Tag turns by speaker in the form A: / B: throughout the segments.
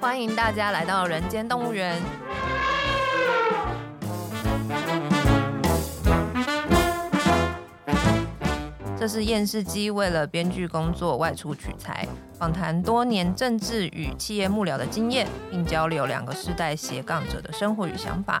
A: 欢迎大家来到人间动物园。这是验视机为了编剧工作外出取材，访谈多年政治与企业幕僚的经验，并交流两个世代斜杠者的生活与想法。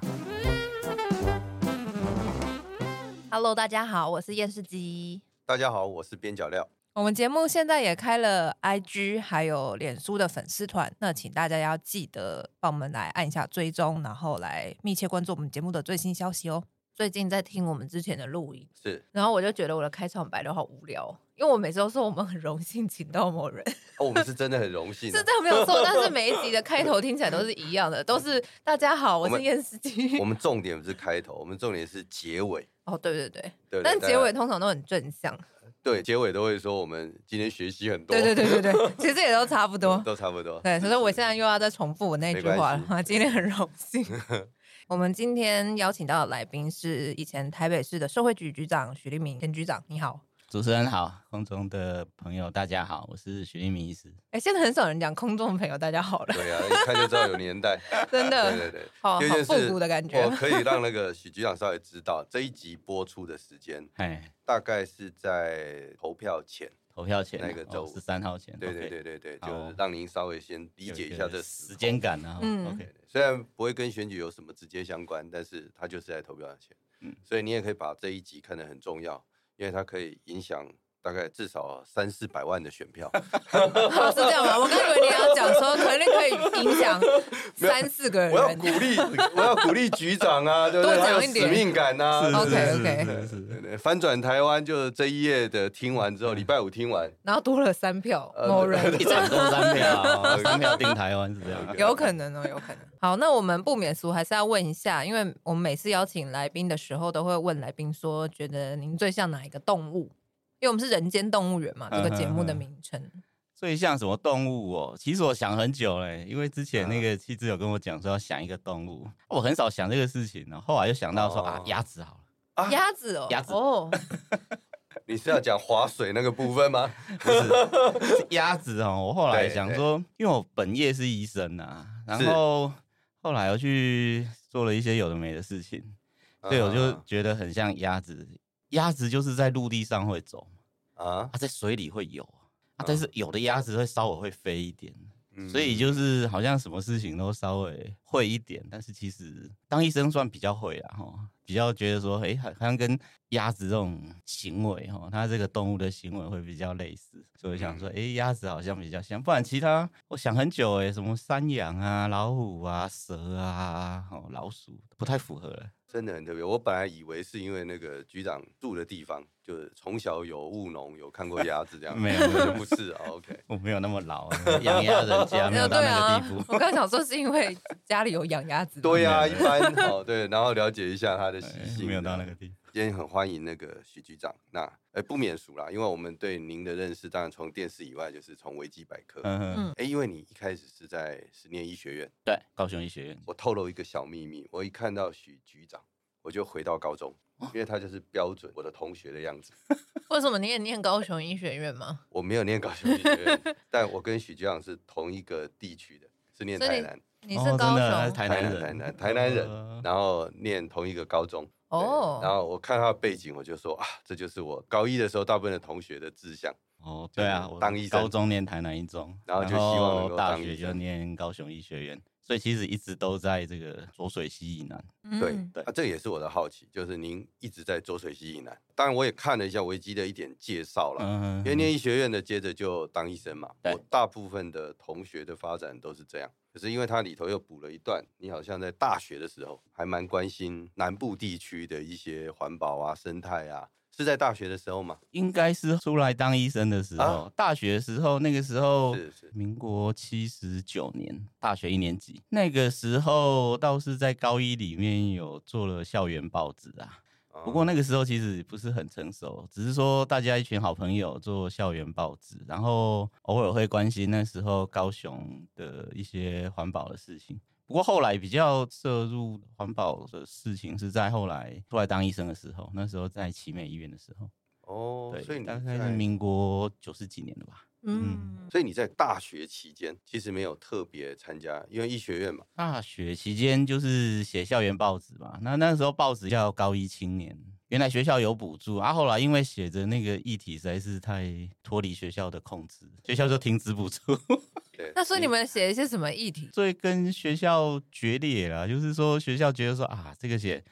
A: Hello，大家好，我是验视机。
B: 大家好，我是边角料。
A: 我们节目现在也开了 IG，还有脸书的粉丝团，那请大家要记得帮我们来按一下追踪，然后来密切关注我们节目的最新消息哦。最近在听我们之前的录音，
B: 是
A: 然后我就觉得我的开场白都好无聊，哦因为我每次都说我们很荣幸请到某人，
B: 哦，我们是真的很荣幸、啊
A: 是这样没有错，但是每一集的开头听起来都是一样的，都是大家好，我
B: 我
A: 是
B: 们
A: 验司机
B: 我。们重点不是开头，我们重点是结尾，
A: 哦，对对对，
B: 对不对
A: 但
B: 大
A: 结
B: 家
A: 尾通常都很正向。
B: 对结尾都会说我们今天学习很多，
A: 对对 对对对，其实也都差不多。
B: 都差不多。
A: 对，所以我现在又要再重复我那
B: 没
A: 句话
B: 关系
A: 了。今天很荣幸，我们今天邀请到的来宾是以前台北市的社会局局长许立明前局长，你好。
C: 主持人好，空中的朋友大家好，我是许一鸣医师。
A: 哎、现在很少人讲空中朋友，大家好了，
B: 对啊，一看就知道有 年代。
A: 真的，
B: 啊对对对，
A: 好
B: 第
A: 哦
B: 二
A: 好
B: 件
A: 复
B: 事
A: 古的感觉
B: 我。可以让那个许局长稍微知道这一集播出的时间，
C: 哎，
B: 大概是在投票前。
C: 投票前啊哦
B: 那个周五
C: 十三号前，
B: 对对
C: OK
B: 对，对对，
C: 好
B: 就是让您稍微先理解一下这
C: 有个
B: 时
C: 时间感啊。
A: 嗯
C: 嗯，OK，
B: 对虽然不会跟选举有什么直接相关，但是它就是在投票前，
C: 嗯
B: 所以你也可以把这一集看得很重要，因为它可以影响大概至少三四百万的选 票，
A: 好 是这样吗？我刚以为你要讲说，可能可以影 响三四个
B: 我要
A: 人
B: 鼓。励，我要鼓励局长 啊，对不对？
A: 多
B: 他有
A: 讲一点
B: 使命感啊。
C: 是
A: OK，OK
C: 是是
B: 对
C: 是
B: 对翻转台湾就是这一页的，听完 之后，礼拜五听完，
A: 然后多了三票，
B: 呃
A: 某
B: 对
A: 人
C: 是，一掌中 三票啊，三票定台湾是这样。
A: 有可能哦，有可能。好，那我们不免俗，还是要问一下，因为我们每次邀请来宾的时候，都会问来宾说，觉得您最像哪一个动物？因为我们是人间动物园嘛，这
B: 嗯
A: 个节目的名称。
C: 最像什么动物哦？其实我想很久嘞，因为之
B: 嗯
C: 前那个气质有跟我讲说要想一个动物，哦我很少想这个事情呢。后来就想到说
B: 哦
C: 啊，鸭子好了，
B: 啊
A: 鸭子哦，
C: 鸭子
A: 哦，
B: 你是要讲划水那个部分吗？
C: 不是是鸭子哦。我后来
B: 对
C: 想
B: 对
C: 说，因为我本业是医生啊，然
B: 是
C: 后后来又去做了一些有的没的事情，
B: 嗯
C: 所以我
B: 啊
C: 就觉得很像鸭子。鸭子就是在陆地上会走，
B: 啊，
C: 它在水里会游啊
B: 嗯，
C: 但是有的鸭子会稍微会飞一点，所以就是好像什么事情都稍微会一点，但是其实当医生算比较会啦，哈，比较觉得说，哎、好像跟鸭子这种行为，哈，它这个动物的行为会比较类似，所以我想说，哎、鸭子好像比较像，不然其他我想很久、哎，什么山羊啊、老虎啊、蛇啊、哦，老鼠不太符合了，
B: 真的很特别。我本来以为是因为那个局长住的地方，就是从小有务农，有看过鸭子这样，
C: 没有没有
B: 不是哦 OK。
C: 我没有那么 老、养鸭人家没有到
A: 对
C: 那个
A: 啊
C: 地步。，
A: 我刚想说是因为家里有养鸭子。
B: 对呀、
C: 没有
B: 一般好、哦、对，然后了解一下它的习
C: 哎
B: 性。啊
C: 没有到那个地步。
B: 今天很欢迎那个许局长，那哎不免俗啦，因为我们对您的认识，当然从电视以外，就是从维基百科。哎、
A: 啊
C: 嗯哼，
B: 因为你一开始是在十年医学院，
C: 对，高雄医学院。
B: 我透露一个小秘密，我一看到许局长，我就回到高中，因为他就是标准我的同学的样子。
A: 为什么你也念高雄医学院吗？
B: 我没有念高雄医学 院，但我跟许局长是同一个地区的，是念
A: 所以
B: 台
A: 你
B: 南，
A: 你
C: 哦
A: 是
C: 真
A: 高
C: 的他是
A: 雄
C: 台南人，
B: 台南台南人
C: 呃，
B: 然后念同一个高中。对然
A: 哦，
B: 后我看他的背景，我就说啊，这就是我高一的时候大部分的同学的志向。
C: 哦，对啊，
B: 就是
C: 我
B: 当医生
C: 高中念台南一中，
B: 然后就希望能够
C: 大
B: 当医
C: 学就
B: 生
C: 念高雄医学院，所以其实一直都在这个浊水溪以南。
B: 对
A: 嗯，
C: 对
B: 啊，这也是我的好奇，就是您一直在浊水溪以南，当然我也看了一下维基的一点介绍了。
C: 嗯
B: 因为念医学院的，接着就当医生嘛。
C: 对
B: 我大部分的同学的发展都是这样，可是因为它里头又补了一段，你好像在大学的时候还蛮关心南部地区的一些环保啊、生态啊，是在大学的时候嘛？
C: 应该是出来当医生的时候，
B: 啊
C: 大学的时候，那个时候
B: 是是
C: 民国七十九年，大学一年级，那个时候倒是在高一里面有做了校园报纸啊。不过那
B: 个
C: 个时候其实不是很成熟，只是说大家一群好朋友做校园报纸，然后偶尔会关心那时候高雄的一些环保的事情。不过后来比较涉入环保的事情是在后来出来当医生的时候，那时候在奇美医院的时候，
B: 哦，所以
C: 对，
B: 你
C: 大概
B: 在
C: 是民国九十几年了吧？
A: 嗯，
B: 所以你在大学期间其实没有特别参加，因为医学院嘛，
C: 大学期间就是写校园报纸嘛，那那时候报纸叫《高一青年》，原来学校有补助啊，后来因为写的那个议题实在是太脱离学校的控制，学校就停止补助，
B: 对。
A: 那
C: 嗯
A: 所以你们写一些什么议题？
C: 所以跟学校决裂了。就是说学校觉得说啊，这个写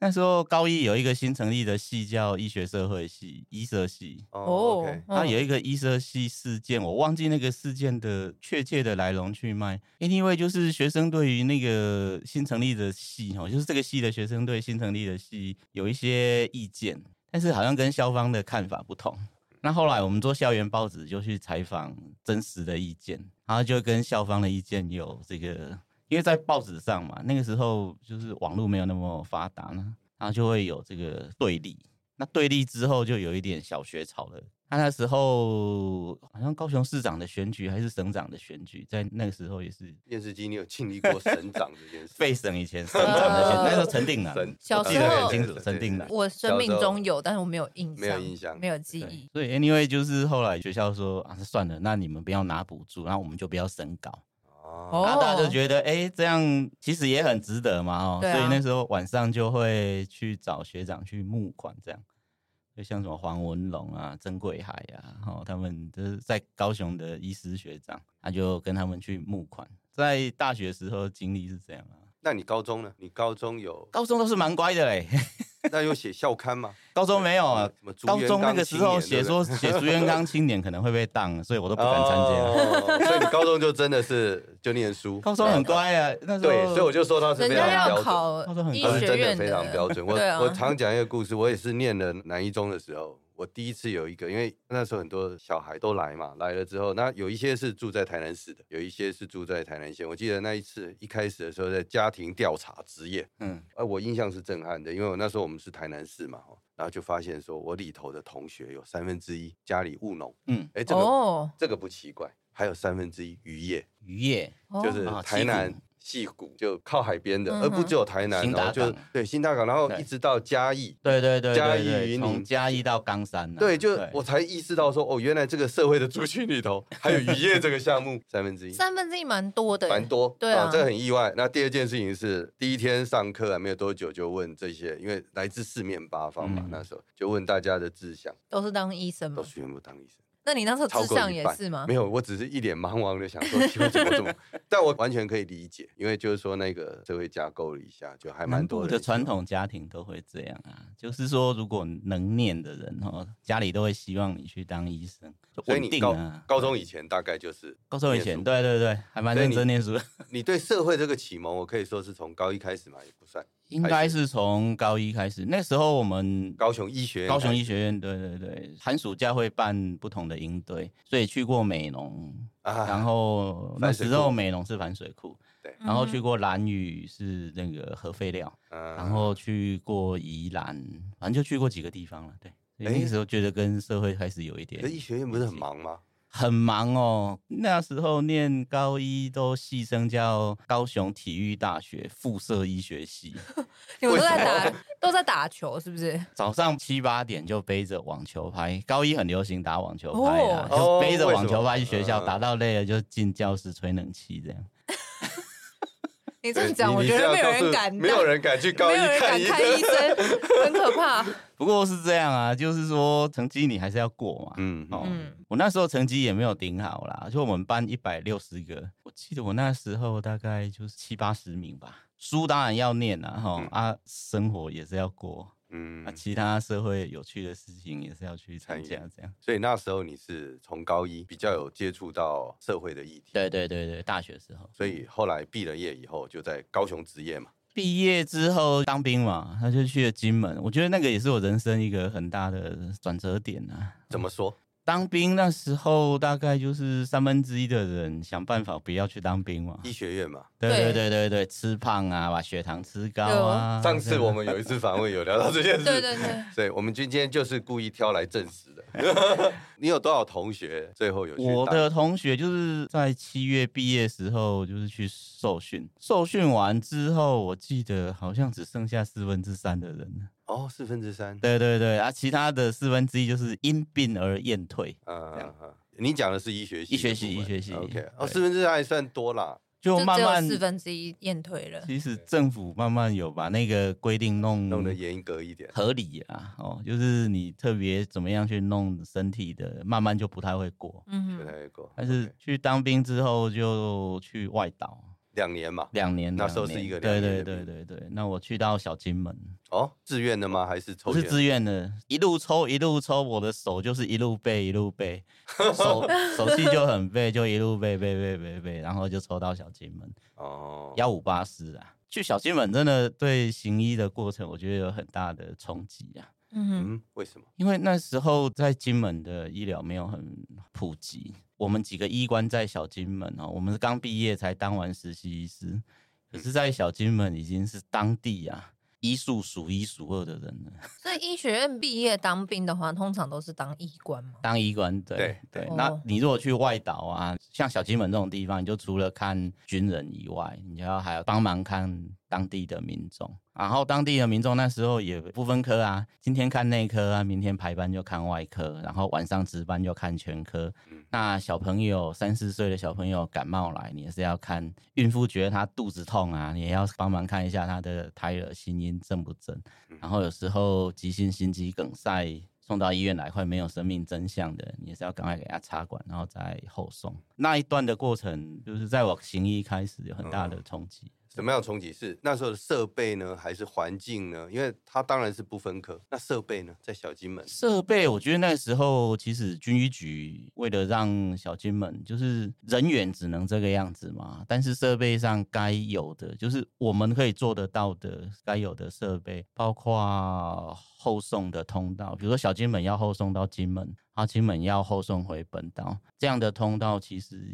C: 那时候高一有一个新成立的系叫医学社会系，医社系，
B: 哦，OK，
C: 然后有
A: 嗯
C: 一个医社系事件，我忘记那个事件的确切的来龙去脉。Anyway，就是学生对于那个新成立的系哦，就是这个系的学生对新成立的系有一些意见，但是好像跟校方的看法不同。那后来我们做校园报纸，就去采访真实的意见，然后就跟校方的意见有这个，因为在报纸上嘛，那个时候就是网络没有那么发达呢，然后就会有这个对立。那对立之后就有一点小学潮了。他那时候好像高雄市长的选举还是省长的选举，在那个时候也是
B: 电视机你有经历过省长这件事？
C: 费省以前省长的选，
A: 呃
C: 那时候陈定南，
B: 省
A: 小
C: 我记
A: 时
C: 得
A: 候
C: 很清楚，陈定南。
A: 我生命中有，但是我没有印象，
B: 没有印象
A: 没有记
C: 对
A: 忆。
C: 所以 anyway 就是后来学校说啊算了，那你们不要拿补助，然后我们就不要审稿，
B: 哦，
C: 然后大家就觉得哎、这样其实也很值得嘛哦，
A: 对啊
C: 所以那时候晚上就会去找学长去募款这样。就像什么黄文龙啊、曾贵海啊，哦，他们就是在高雄的医师学长，他就跟他们去募款。在大学时候经历是这样啊，
B: 那你高中呢？你高中有
C: 高中都是蛮乖的嘞，
B: 那有写校刊吗？
C: 高中没有啊
B: 什么，竹
C: 高
B: 园
C: 中那
B: 钢
C: 个
B: 青
C: 时候
B: 年对
C: 写
B: 不
C: 说
B: 对
C: 写竹园刚青年可能会被当，所以我都
B: 我
C: 不敢参加。
B: 哦 所以你高中就真的是就念书，
C: 高中很乖啊，那时候
B: 对，所以我就说他是
A: 人
B: 非
A: 家
B: 常
A: 要
B: 标准。
A: 考
C: 他都很
A: 医
B: 他是
A: 学
B: 真的
A: 院
B: 非常标准。我、
A: 对啊，
B: 我常讲一个故事，我也是念了南一中的时候，我第一次有一个，因为那时候很多小孩都来嘛，来了之后，那有一些是住在台南市的，有一些是住在台南县。我记得那一次一开始的时候，在家庭调查职业，
C: 嗯，
B: 呃，我印象是震撼的，因为我那时候我们是台南市嘛，哦然后就发现说我里头的同学有三分之一家里务农，
C: 嗯，
B: 哎，这个、
A: 哦，
B: 这个不奇怪，还有三分之一渔业，
C: 渔业
A: 哦
B: 就是
C: 啊
B: 台
C: 西
B: 南
C: 谷
B: 戏谷就靠海边的，
A: 嗯
B: 而不
A: 哼
B: 只有台南
C: 新
B: 哦，
C: 大
B: 就
C: 港
B: 对新大港，然后
C: 对
B: 一直到嘉义。
C: 对对对，
B: 嘉
C: 对
B: 义
C: 对
B: 云
C: 从
B: 林
C: 嘉义到冈山啊、
B: 对，就我才意识到说，哦，原来这个社会的族群里头还有渔业这个项目，三分之一，
A: 三分之一蛮多的耶，
B: 蛮多，
A: 对啊
B: 这个很意外。那第二件事情是，第一天上课还没有多久就问这些，因为来自四面八方嘛，
C: 嗯
B: 那时候就问大家的志向，
A: 都是当医生
B: 都
A: 嘛。
B: 是全部当医生。
A: 那你那时候
B: 超
A: 志
B: 过
A: 向
B: 一
A: 也
B: 半
A: 是吗
B: 没？有，我只是一脸茫茫的想说，奇怪怎 么这么？但我完全可以理解，因为就是说那个社会架构了一下，就还蛮
C: 蛮
B: 多
C: 多
B: 人
C: 的传统家庭都会这样啊，就是说如果能念的人哦，家里都会希望你去当医生，就
B: 所以
C: 稳
B: 你
C: 定
B: 高
C: 啊。
B: 高中以前大概就是
C: 高中以前，
B: 念书，
C: 对对对，还蛮认真念书，
B: 你对社会这个启蒙，我可以说是从高一开始嘛，也不算。
C: 应该是从高一开始。那时候我们
B: 高雄医学院
C: 高雄
B: 开
C: 医
B: 始
C: 学院，对对对，寒暑假会办不同的营队，所以去过美浓，
B: 啊，
C: 然后那
B: 反水
C: 时
B: 库
C: 候美浓是反水库，
A: 嗯
C: 然后去过兰屿是那个核废料，
B: 嗯
C: 然后去过宜兰，反正就去过几个地方了。对，所以那
B: 诶
C: 个时候觉得跟社会开始有一点
B: 可医学院不是很忙吗？
C: 很忙哦。那时候念高一都戏称叫高雄体育大学附设医 学系，
A: 你们都在
B: 为什
A: 打，都在打球，是不是？
C: 早上七八点就背着网球拍，高一很流行打网球拍啊，
B: 哦
C: 就背着
B: 哦为
C: 网
B: 什么
C: 球拍去学校，
B: 嗯
C: 打到累了就进教室吹冷气这样。
A: 你 这样
B: 对
A: 讲，
B: 你
A: 我
B: 你
A: 觉
B: 是
A: 得
B: 要
A: 没有
B: 告诉
A: 人敢，
B: 没有人 敢去高
A: 没
B: 一
A: 有人
B: 看
A: 敢
B: 医
A: 看医
B: 生。
A: 生， 很可怕。
C: 不过是这样啊，就是说成绩你还是要过嘛。
B: 嗯
C: 哦，
A: 嗯
C: 我那时候成绩也没有顶好啦，就我们班一百六十个，我记得我那时候大概就是七八十名吧。书当然要念啦，哈、
B: 嗯
C: 啊，生活也是要过，啊，
B: 嗯，
C: 其他社会有趣的事情也是要去参加
B: 参，
C: 这样。
B: 所以那时候你是从高一比较有接触到
C: 嗯
B: 社会的议题，
C: 对对对对，大学时候，
B: 所以后来毕了业以后就在高雄职业嘛，
C: 毕业之后当兵嘛，他就去了金门。我觉得那个也是我人生一个很大的转折点啊。
B: 怎么说？
C: 当兵那时候大概就是三分之一的人想办法不要去当兵嘛。
B: 医学院嘛。
C: 对
A: 对
C: 对对对对，吃胖啊，把血糖吃高
A: 有
C: 啊。
B: 上次我
C: 们
B: 们有一次访问有聊到这件事，
A: 对对 对，
B: 对，我们今天就是故意挑来证实的。 你有多少同学最后有去
C: 我
B: 打
C: 的同学就是在七月毕业时候就是去受训，受训完之后，我记得好像只剩下四分之三的人了。
B: 哦四分之三？
C: 对对对，啊，其他的四分之一就是因病而厌退。
B: 嗯，嗯
C: 这样
B: 嗯你讲的是医学系的部分，
C: 医学系医学系
B: OK，哦，
C: 对
B: 四分之三还算多啦。
C: 就慢慢
A: 就只有四分之一验退了。
C: 其实政府慢慢有把那个规定弄
B: 弄得严格一点。
C: 合理啊，哦，就是你特别怎么样去弄身体的，慢慢就不太会过。
A: 嗯
B: 不
A: 哼，
B: 太够，
C: 但是
B: OK，
C: 去当兵之后就去外岛
B: 两年嘛，
C: 两年，
B: 那时候
C: 两
B: 是一个两
C: 对
B: 年
C: 对
B: 的
C: 对对对。那我去到小金门，
B: 哦，自愿的吗？还是抽
C: 不
B: 签
C: 是？自愿的，一路抽一路抽，我的手就是一路背一路背， 手手气就很背，就一路背背背背背，然后就抽到小金门。
B: 哦，
C: 幺五八师啊，去小金门真的对行医的过程，我觉得有很大的冲击啊。
A: 嗯哼，
B: 嗯，为什么？
C: 因为那时候在金门的医疗没有很普及，我们几个医官在小金门哦，我们刚毕业才当完实习医师，可是，在小金门已经是当地啊医术数一数二的人了。
A: 所以医学院毕业当兵的话，通常都是当医官嘛。
C: 当医官，对
B: 对
C: 对
A: 哦。
C: 那你如果去外岛啊，像小金门这种地方，你就除了看军人以外，你就要还要帮忙看当地的民众。然后当地的民众那时候也不分科啊，今天看内科啊，明天排班就看外科，然后晚上值班就看全科。
B: 嗯
C: 那小朋友三四岁的小朋友感冒来，你也是要看；孕妇觉得她肚子痛啊，你也要帮忙看一下她的胎儿心音正不正。然后有时候急性心肌梗塞送到医院来，会没有生命真相的，你也是要赶快给他插管，然后再后送。那一段的过程，就是在我行医开始有很大的冲击。
B: 什么样的冲击是那时候的设备呢，还是环境呢？因为它当然是不分科。那设备呢，在小金门，
C: 设备，我觉得那时候其实军医局为了让小金门就是人员只能这个样子嘛，但是设备上该有的，就是我们可以做得到的该有的设备，包括后送的通道，比如说小金门要后送到金门，啊，金门要后送回本岛，这样的通道其实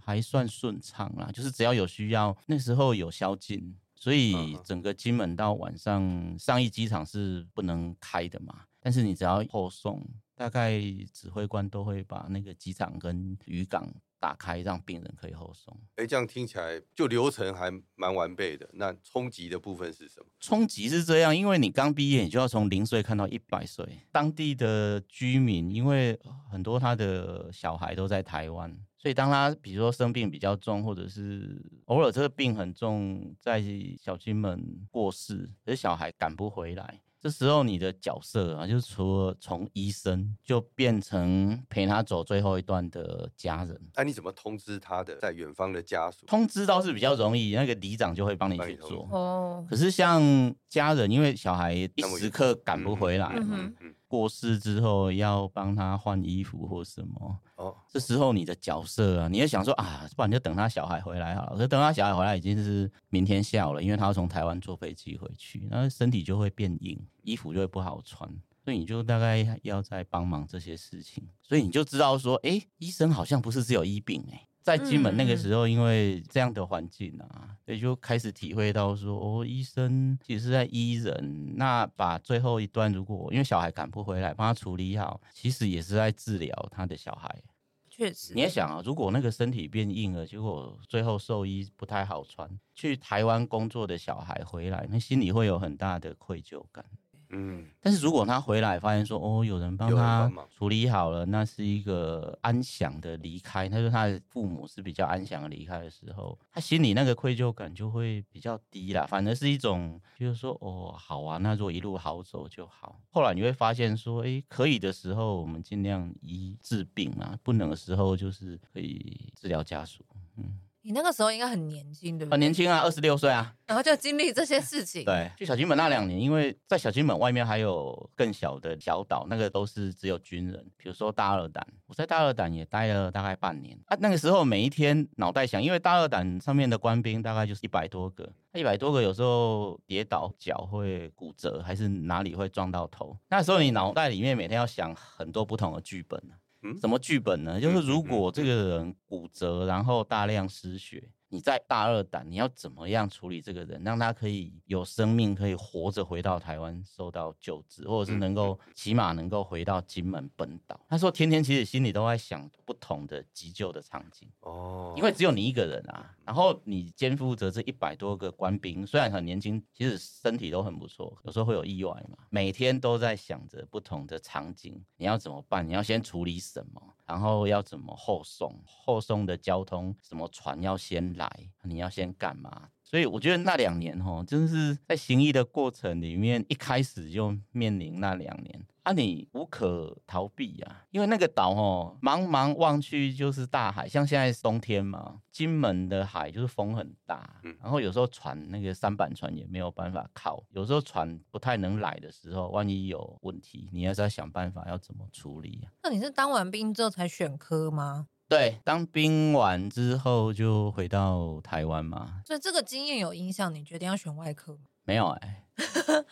C: 还算顺畅啦，就是只要有需要，那时候有宵禁。所
B: 嗯
C: 以
B: 哼
C: 整个金门到晚上上一机场是不能开的嘛，但是你只要后送，大概指挥官都会把那个机场跟渔港打开，让病人可以后送。
B: 哎，这样听起来就流程还蛮完备的。那冲击的部分是什么？
C: 冲击是这样，因为你刚毕业，你就要从零岁看到一百岁。当地的居民，因为很多他的小孩都在台湾，所以当他比如说生病比较重，或者是偶尔这个病很重，在小金门过世，可是小孩赶不回来。这时候你的角色啊，就是除了从医生，就变成陪他走最后一段的家人。
B: 那、你怎么通知他的在远方的家属？
C: 通知倒是比较容易，那个里长就会帮你
B: 帮你
C: 去
B: 通
C: 做
B: 知。
A: 哦，
C: 可是像家人，因为小孩一
B: 那么
C: 时
B: 远
C: 刻赶不回来
A: 嗯
C: 嘛，
A: 哼
B: 嗯，
C: 过世之后要帮他换衣服或什么，
B: 哦，
C: 这时候你的角色啊，你也想说啊，不然就等他小孩回来好了。可是等他小孩回来已经是明天下午了，因为他要从台湾坐飞机回去，那身体就会变硬，衣服就会不好穿。所以你就大概要在帮忙这些事情，所以你就知道说，诶，医生好像不是只有医病诶，在金门那个时候，因为这样的环境啊，所以就开始体会到说，哦，医生其实是在医人。那把最后一段，如果因为小孩赶不回来，帮他处理好，其实也是在治疗他的小孩。
A: 确实
C: 你，也想啊，如果那个身体变硬了，结果最后寿衣不太好穿，去台湾工作的小孩回来，那心里会有很大的愧疚感。
B: 嗯，
C: 但是如果他回来发现说，哦，有人帮
B: 有人
C: 他
B: 帮忙
C: 处理好了，那是一个安详的离开，他说他的父母是比较安详的离开的时候，他心里那个愧疚感就会比较低啦，反而是一种就是说，哦，好啊，那如果一路好走就好。后来你会发现说，诶，可以的时候我们尽量医治病啊，不能的时候就是可以治疗家属。嗯，
A: 你那个时候应该很年轻，对不对？
C: 很年，轻啊，二十六岁啊，
A: 然后就经历这些事情。，
C: 对，去小金门那两年，因为在小金门外面还有更小的小岛，那个都是只有军人，比如说大二胆，我在大二胆也待了大概半年啊。那个时候每一天脑袋想，因为大二胆上面的官兵大概就是一百多个，一百多个有时候跌倒脚会骨折，还是哪里会撞到头，那时候你脑袋里面每天要想很多不同的剧本啊
B: 嗯
C: 什么剧本呢？就是如果这个人骨折，然后大量失血，你在大二胆，你要怎么样处理这个人，让他可以有生命，可以活着回到台湾受到救治，或
B: 嗯
C: 者是能够起码能够回到金门本岛。他说，天天其实心里都在想不同的急救的场景。
B: 哦，
C: 因为只有你一个人啊，然后你肩负着这一百多个官兵，虽然很年轻，其实身体都很不错，有时候会有意外嘛。每天都在想着不同的场景，你要怎么办？你要先处理什么？然后要怎么后送？后送的交通，什么船要先来？你要先干嘛？所以我觉得那两年哦，真是在行医的过程里面，一开始就面临那两年啊，你无可逃避啊，因为那个岛哦，茫茫望去就是大海，像现在冬天嘛，金门的海就是风很大，
B: 嗯
C: 然后有时候船那个三板船也没有办法靠，有时候船不太能来的时候，万一有问题，你要再想办法要怎么处理啊。
A: 那你是当完兵之后才选科吗？
C: 对，当兵完之后就回到台湾嘛，
A: 所以这个经验有影响你决定要选外科吗？
C: 没有 哎、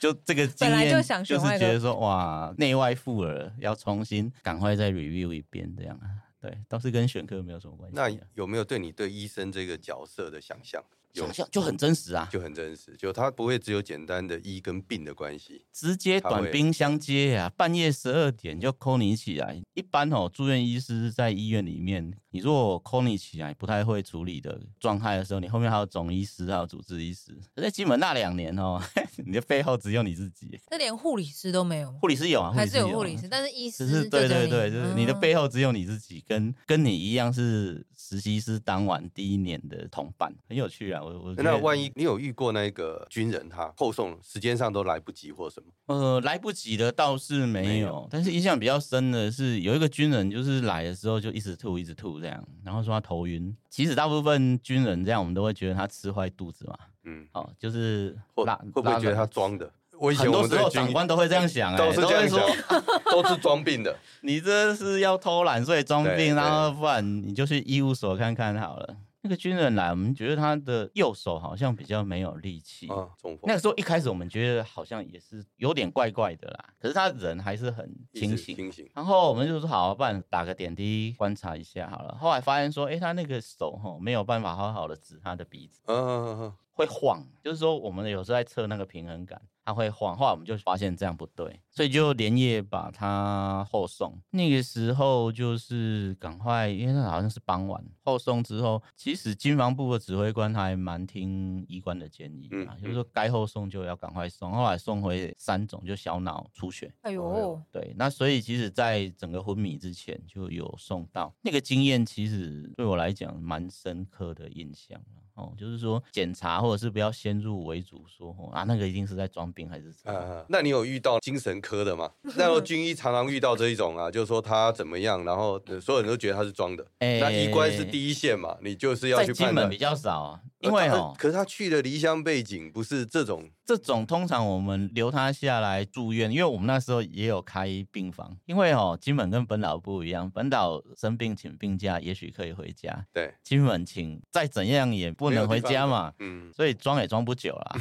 C: 就这个经
A: 本来
C: 验，
A: 就想选
C: 是
A: 外
C: 觉
A: 的
C: 得说哇，内外妇儿要重新赶快再 review 一遍这样啊。对，倒是跟选科没有什么关系啊、
B: 那有没有对你对医生这个角色的想象？有
C: 想，象就很真实啊，
B: 就很真实，就他不会只有简单的医跟病的关系。
C: 直接
B: 他
C: 短
B: 会
C: 兵相接啊，半夜十二点就 call 你起来。一般哦，住院医师在医院里面，你如果 call 你起来不太会处理的状态的时候，你后面还有总医师，还有主治医师。在金门那两年哦， 你的背后只有你自己，
A: 那连护理师都没有吗，
C: 护理师有啊，
A: 还是有
C: 啊
A: 护理师，但是医师
C: 只是对
A: 就只有
C: 对
A: 你
C: 对，就是你的
A: 嗯
C: 背后只有你自己，跟跟你一样是实习师当晚第一年的同伴，很有趣啊。我我觉
B: 那
C: 得
B: 万一你有遇过那个军人，他后送时间上都来不及或什么？
C: 呃来不及的倒是
B: 没
C: 没
B: 有
C: 有，但是印象比较深的是有一个军人，就是来的时候就一直吐一直吐这样，然后说他头晕。其实大部分军人这样，我们都会觉得他吃坏肚子嘛，
B: 嗯，
C: 哦，就是
B: 或
C: 拉
B: 会不会觉得他？装的？我以
C: 拉
B: 前我
C: 很多
B: 们
C: 时
B: 对
C: 候
B: 军
C: 长官都会这样想、哎
B: 都是这样
C: 会说
B: 想， 都是装病的。
C: 你这是要偷懒，所以装
B: 对
C: 病，然后不然你就去医务所看看好了。那个军人来，我们觉得他的右手好像比较没有力气。
B: 啊，中
C: 那
B: 风
C: 个时候一开始我们觉得好像也是有点怪怪的啦，可是他人还是很
B: 一
C: 清
B: 直
C: 醒。
B: 清醒，
C: 然后我们就说好，不然打个点滴观察一下好了。后来发现说，哎，他那个手哈没有办法好好的指他的鼻子，
B: 嗯嗯嗯嗯
C: 会晃，就是说我们有时候在测那个平衡感，它会晃。后来我们就发现这样不对，所以就连夜把它后送。那个时候就是赶快，因为那好像是傍晚后送之后，其实军防部的指挥官还蛮听医官的建议啊，
B: 嗯
C: 就是说该后送就要赶快送。后来送回三种，就小脑出血，
A: 哎
B: 哦
A: 呦
B: 哟，
C: 对，那所以其实，在整个昏迷之前就有送到那个经验，其实对我来讲蛮深刻的印象啊哦，就是说检查或者是不要先入为主说哦啊，那个一定是在装病还是怎
B: 啊
C: 么
B: 啊
C: 样？
B: 啊那你有遇到精神科的 吗？那时候军医常常遇到这一种啊，就是说他怎么样，然后呃所有人都觉得他是装的。
C: 哎
B: 那医官是第一线嘛，你就是要
C: 在
B: 去
C: 金
B: 判
C: 门
B: 断
C: 比。较少啊，
B: 呃
C: 因为
B: 他
C: 哦，
B: 可是他去的离乡背景不是这种，
C: 这种通常我们留他下来住院，因为我们那时候也有开病房，因为哦，金门跟本岛不一样，本岛生病请病假，也许可以回家，
B: 对，
C: 金门请再怎样也不
B: 没有
C: 能回
B: 地方
C: 家
B: 了
C: 嘛。
B: 嗯，
C: 所以装也装不久 啦，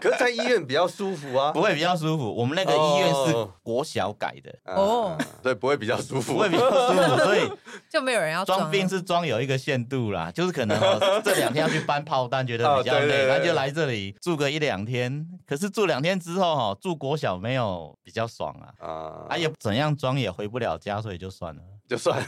B: 可是在医院比较舒服啊，
C: 不会比较舒服。我们那个医院是
B: 哦
C: 国小改 的，
B: 啊
A: 哦，
B: 对，不会比较舒服，
C: 不会比较 舒服，所以
A: 就没有人要
B: 啊
A: 啊
C: 装病
A: 了
C: 是装有一个限度啦，就是可能、哦、这两天要去搬炮弹，觉得比较
B: 哦对对
C: 累，
B: 对
C: 那就来这里住个一两天。可是住两天之后哦，住国小没有比较爽啊，
B: 啊，嗯
C: 啊也怎样装也回不了家，所以就算了。
B: 就算了。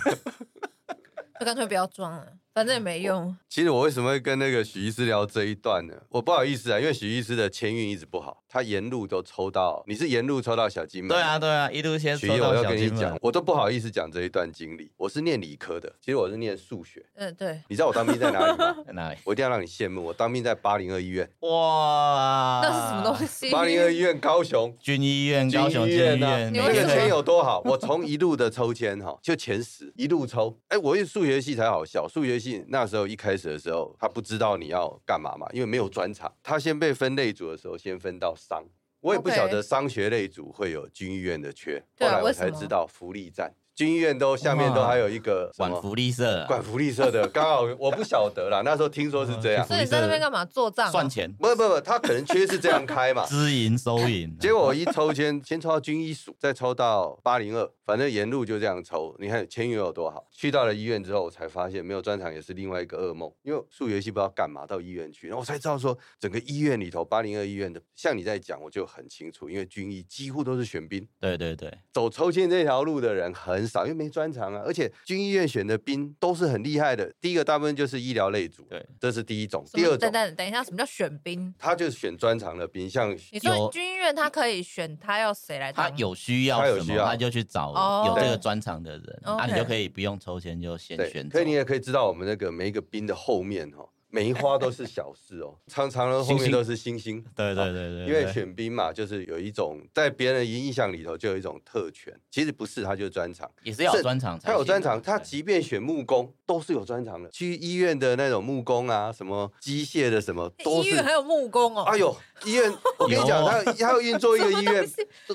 A: 就干脆不要装了，反正也没 用。
B: 其实我为什么会跟那个许医师聊这一段呢？我不好意思啊，因为许医师的签运一直不好，他沿路都抽到，你是沿路抽到小金门，
C: 对啊，对啊，一路先
B: 其
C: 抽
B: 实
C: 到
B: 我要
C: 小
B: 跟你
C: 金
B: 讲
C: 门，，
B: 我都不好意思讲这一段经历。我是念理科的，其实我是念数学。
A: 嗯，对，
B: 你知道我当兵在哪里吗
C: ？在哪里？
B: 我一定要让你羡慕。我当兵在八零二医院，
C: 哇，
A: 那是什么东？西？
B: 啊八零二医院高雄
C: 军医院、
B: 军
C: 高雄
B: 医
C: 军医
B: 院啊，
C: 院，
A: 你
B: 那
A: 为
C: 每
A: 什
B: 个
C: 个
A: 么
B: 钱
C: 人
B: 有多好？我从一路的抽签哈，就前十一路抽。哎，我是数学系才好笑，数学系那时候一开始的时候，他不知道你要干嘛嘛，因为没有专长。他先被分类组的时候，先分到商，我也不
A: OK
B: 晓得商学类组会有军医院的缺，
A: 对
B: 后
A: 啊
B: 来
A: 为
B: 我
A: 什
B: 才
A: 么
B: 知道福利站。军医院都下面都还有一个什
C: 管
B: 么
C: 福利社啊，
B: 管福利社的，刚好我不晓得啦，那时候听说是这 样
C: 嗯。
A: 所以你在那边干嘛？做账啊、
C: 算钱、
B: 不不不，他可能缺是这样开 嘛。
C: 支营、收银，啊
B: 结果我一抽签，先抽到军医署，再抽到八零二，反正沿路就这样抽。你看签约有多好。去到了医院之后，我才发现没有专长也是另外一个噩梦，因为数学系不知道干嘛，到医院去，然后我才知道说整个医院里头八零二医院的，像你在讲，我就很清楚，因为军医几乎都是选兵，
C: 对对对，
B: 走抽签这条路的人很少，因为没专长啊。而且军医院选的兵都是很厉害的，第一个大部分就是医疗类组，
C: 对，
B: 这是第一种。
A: 什么
B: 第二种
A: 等，等等一下，什么叫选兵？
B: 他就是选专长的兵，像
A: 你
C: 有
A: 说军医院他可以选他要谁来当？
C: 他有需要
B: 他有
C: 什
B: 需
C: 么，
B: 要
C: 他就去找
A: 哦
C: 有这个
A: 对
C: 专长的人，
A: OK
C: 啊，你就可以不用抽签就先
B: 对
C: 选，
B: 所
C: 走
B: 以。你也可以知道我们那个每一个兵的后面哈、哦，梅花都是小事哦，常常的后
C: 星
B: 面
C: 星
B: 都是星星。
C: 对对对对，
B: 因为
C: 对
B: 选兵嘛，就是有一种在别人的印象里头就有一种特权，其实不是，他就是专长。
C: 也是要有
B: 是
C: 专长才
B: 他
C: 行啊，
B: 有专长，他
C: 对
B: 即便选木工都是有专长的，去医院的那种木工啊，什么机械的什么都
A: 哎医
B: 是
A: 院还有木工哦。
B: 哎呦，医院，我跟你讲，
C: 有啊
B: 他他要运作一个医院，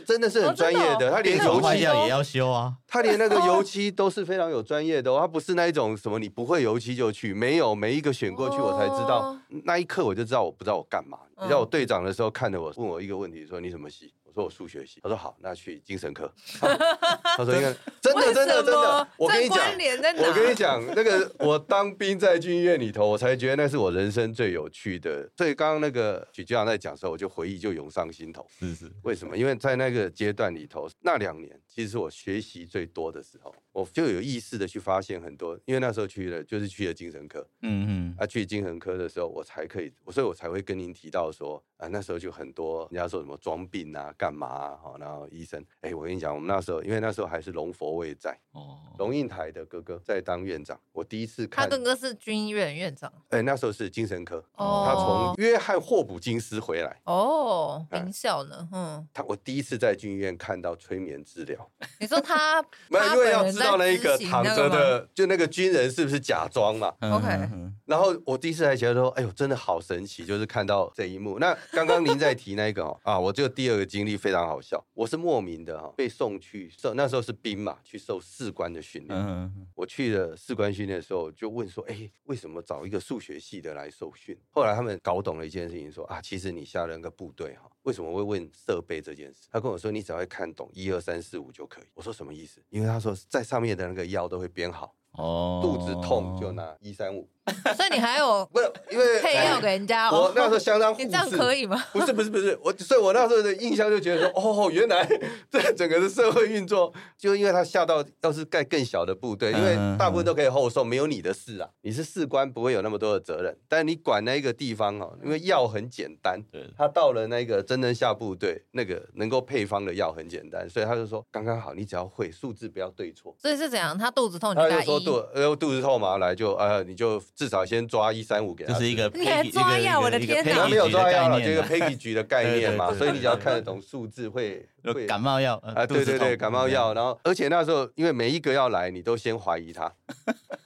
B: 真的是很专业
A: 哦真的
B: 的。
A: 哦
B: 他连
C: 电
B: 油
C: 脑坏
B: 漆，
C: 掉也要修啊，
B: 他连那个油漆都是非常有专业的、哦。他不是那一种什么你不会油漆就去，没有每一个选过去我才知道
A: 哦。
B: 那一刻我就知道我不知道我干嘛。
A: 嗯
B: 你知道我队长的时候看着我，问我一个问题，说你什么系？我说我数学系。他说好，那去精 神科。他说因为真的真的真的，我跟你讲。
A: 关联在哪？
B: 我跟你讲，那个我当兵在军医院里头，我才觉得那是我人生最有趣的。所以刚刚那个许局长在讲的时候，我就回忆就涌上心头。
C: 是是，
B: 为什么？因为在那个阶段里头，那两年其实是我学习最多的时候，我就有意识的去发现很多。因为那时候去了，就是去了精神科
C: 嗯嗯，
B: 啊，去精神科的时候，我才可以，所以我才会跟您提到说啊，那时候就很多人家说什么装病啊、干嘛啊，哦然后医生，哎，我跟你讲，我们那时候因为那时候还是龙佛卫在，
C: 哦，
B: 龙应台的哥哥在当院长，我第一次
A: 他
B: 看，
A: 哥哥是军医院院长
B: 哎，那时候是精神科，
A: 哦。
B: 他从约翰霍普金斯回来。
A: 哦
B: 哎
A: 名校呢，嗯，
B: 他我第一次在军医院看到催眠治疗，
A: 你说他
B: 没有，
A: 他
B: 因为
A: 本
B: 要
A: 人
B: 知
A: 在
B: 道那一
A: 执
B: 个
A: 行
B: 躺
A: 那
B: 着
A: 吗
B: 的，就那个军人是不是假装嘛？
C: 嗯
A: OK
C: 嗯嗯
B: 然后我第一次还觉得说，哎呦，真的好神奇，就是看到这一幕。那刚刚您在提那个哦，啊，我这个第二个经历非常好笑，我是莫名的哈、哦被送去受，那时候是兵嘛，去受士官的训练。
C: 嗯嗯
B: 我去了士官训练的时候，就问说，哎，为什么找一个数学系的来受训？后来他们搞懂了一件事情，说啊，其实你下了那个部队哈、为什么会问设备这件事？他跟我说，你只要会看懂一二三四五就可以。我说什么意思？因为他说在上面的那个药都会编好，
C: 哦，
B: 肚子痛就拿一三五，
A: 所以你还有
B: 不是因 为哎
A: 配药给人家哦。
B: 我那时候相当护
A: 你
B: 士，
A: 这样可以 吗？
B: 不是不是不是，我所以，我那时候的印象就觉得说，哦，原来这整个的社会运作，就因为他下到要是盖更小的部队，因为
C: 嗯
B: 大部分都可以后送，没有你的事啊，你是士官不会有那么多的责任，但你管那个地方哦，因为药很简单。
C: 对，
B: 他到了那个真正下部队，那个能够配方的药很简单，所以他就说刚刚好，你只要会数字不要对错。
A: 所以是怎样？他肚子
C: 哦
A: 痛你
B: 他
A: 就
B: 就
A: 打
B: 说肚
A: 一，
B: 呃肚子痛嘛，来就呃你就至少先抓一三五给他
C: 这
B: 吃，
C: 是一个
A: 你还
C: package-
A: 抓
C: 一个
A: 药
C: 一个
A: 我的
C: 一个
A: 天哪
C: package
B: 他没有抓药了，
C: 的概
B: 这
C: 念
B: 个
C: 啊
B: 配 a 局的概念嘛，
C: 对对对对
B: 所以你只要看得懂数字会
C: 就
B: 会
C: 感冒药
B: 啊，对对对，感冒，药，
C: 呃
B: 然后而且那时候因为每一个要来，你都先怀疑他，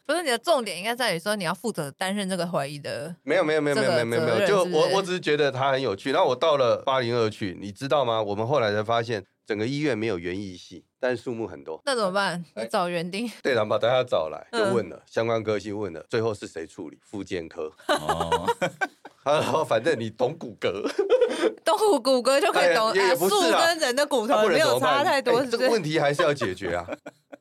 A: 不是你的重点应该在于说你要负责担任这个怀疑的。
B: 没有没有没有
A: 这
B: 没
A: 个
B: 有没有没有没
A: 责
B: 有，
A: 任
B: 就是
A: 不是
B: 我我只是觉得他很有趣，然后我到了八零二去，你知道吗？我们后来才发现整个医院没有园艺系，但是数目很多，
A: 那怎么办？
B: 哎
A: 你找园丁，
B: 队长把大家找来就
A: 嗯
B: 问了，相关科系问了，最后是谁处理？复健科，
C: 肚子痛哦，
B: 他说反正你懂骨骼。
A: 动物骨骼就可以懂，
B: 哎也
A: 哎
B: 不是
A: 树
B: 啊
A: 跟人的骨
B: 他
A: 头
B: 不
A: 呃没
B: 能
A: 有
B: 怎么办哎
A: 差太多，是
B: 这
A: 不
B: 个问
A: 是？
B: 题还是要解决啊。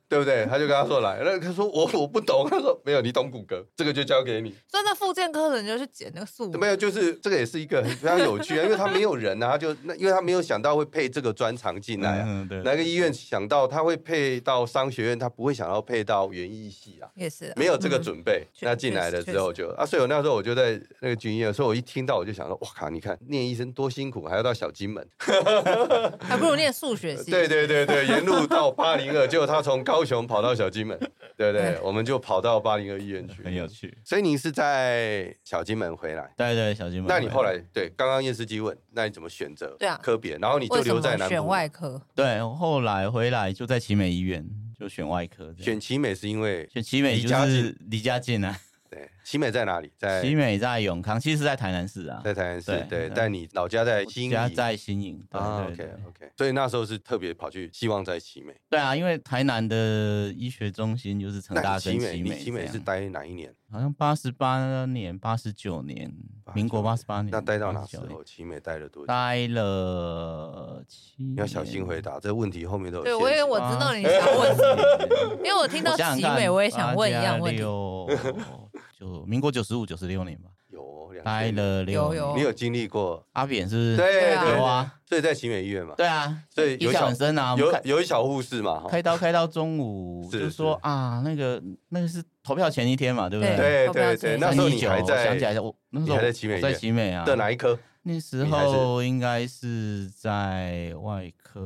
B: 对不对？他就跟他说来，那他说我我不懂，他说没有，你懂骨骼，这个就交给你。
A: 所以那复健科的人就去捡那个素
B: 没有，就是这个也是一个很非常有趣 啊，因为他没有人啊，他就那因为他没有想到会配这个专长进来啊。
C: 嗯，对，
B: 哪个医院想到他会配到商学院，他不会想到配到园艺系啊。
A: 也是啊
B: 没有这个
A: 嗯
B: 准备，
A: 确
B: 那进来了之后就啊，所以我那时候我就在那个军医院，所以我一听到我就想说，哇靠，你看念医生多辛苦，还要到小金门，
A: 嗯还不如念数学系。
B: 对对对对，沿路到八零 二，结果他从高雄跑到小金门，对不对
A: 对？
B: 我们就跑到八零二医院去，
C: 很有。趣。
B: 所以你是在小金门回来，
C: 对对，小金门。
B: 那你后来对刚刚叶司机问，那你怎么选择？
A: 对啊
B: 科别，然后你就
A: 为什
B: 留在
A: 么
B: 南
A: 选
B: 部。
A: 外科？
C: 对，我后来回来就在奇美医院就选外科这样，
B: 选奇美是因为
C: 选奇美
B: 离
C: 就
B: 家
C: 是离家近啊。
B: 对奇美在哪里？在
C: 奇美在永康，其实是在台南市啊，
B: 在台南市
C: 对，
B: 对，
C: 对
B: 但你老家在新
C: 家
B: 营。
C: 在新营。对
B: 啊
C: 对
B: ，OK
C: 对
B: OK，所以那时候是特别跑去希望在奇美。
C: 对啊，因为台南的医学中心就是成
B: 那
C: 大
B: 你奇
C: 跟
B: 美，
C: 奇
B: 你
C: 美，
B: 奇美是待哪一年？
C: 好像八十八年、八十九年，民国八十八年，
B: 那待到哪
C: 89
B: 时
C: 年
B: 候？奇美待了多久？
C: 待了七年。
B: 你要小心回答这个问题，后面都有啊
A: 对，
B: 陷
A: 我以为
B: 阱
A: 我知道你想问什么，
C: 问
A: 因为我听到奇美，我也想问一样问题。
C: 六，就民国九十五、九十六年吧，
B: 有哦两
C: 待
B: 千年
C: 了
A: 有
C: 六年。
A: 有
B: 你有经历过？
C: 阿扁是不是？
B: 对
A: 啊
B: 对
C: 有啊，
B: 所以在奇美医院嘛，
C: 对啊，
B: 所以有
C: 印象
B: 小
C: 很深啊。我们
B: 有
C: 开
B: 有一小护士嘛，哈
C: 开，刀开到中午，
B: 是
C: 就说
B: 是
C: 啊，那个那个是投票前一天嘛，对不
A: 对
B: 对
A: 要不要
B: 对
A: 解
B: 对，
A: 释
B: 那时候你
C: 319
B: 还
C: 我想起来
B: 在
C: 了，我那时
B: 你
C: 候
B: 还在
C: 我
B: 奇美
C: 我在
B: 医院
C: 奇美啊，
B: 的哪一科？
C: 那时
B: 你还是
C: 候应该是在外科，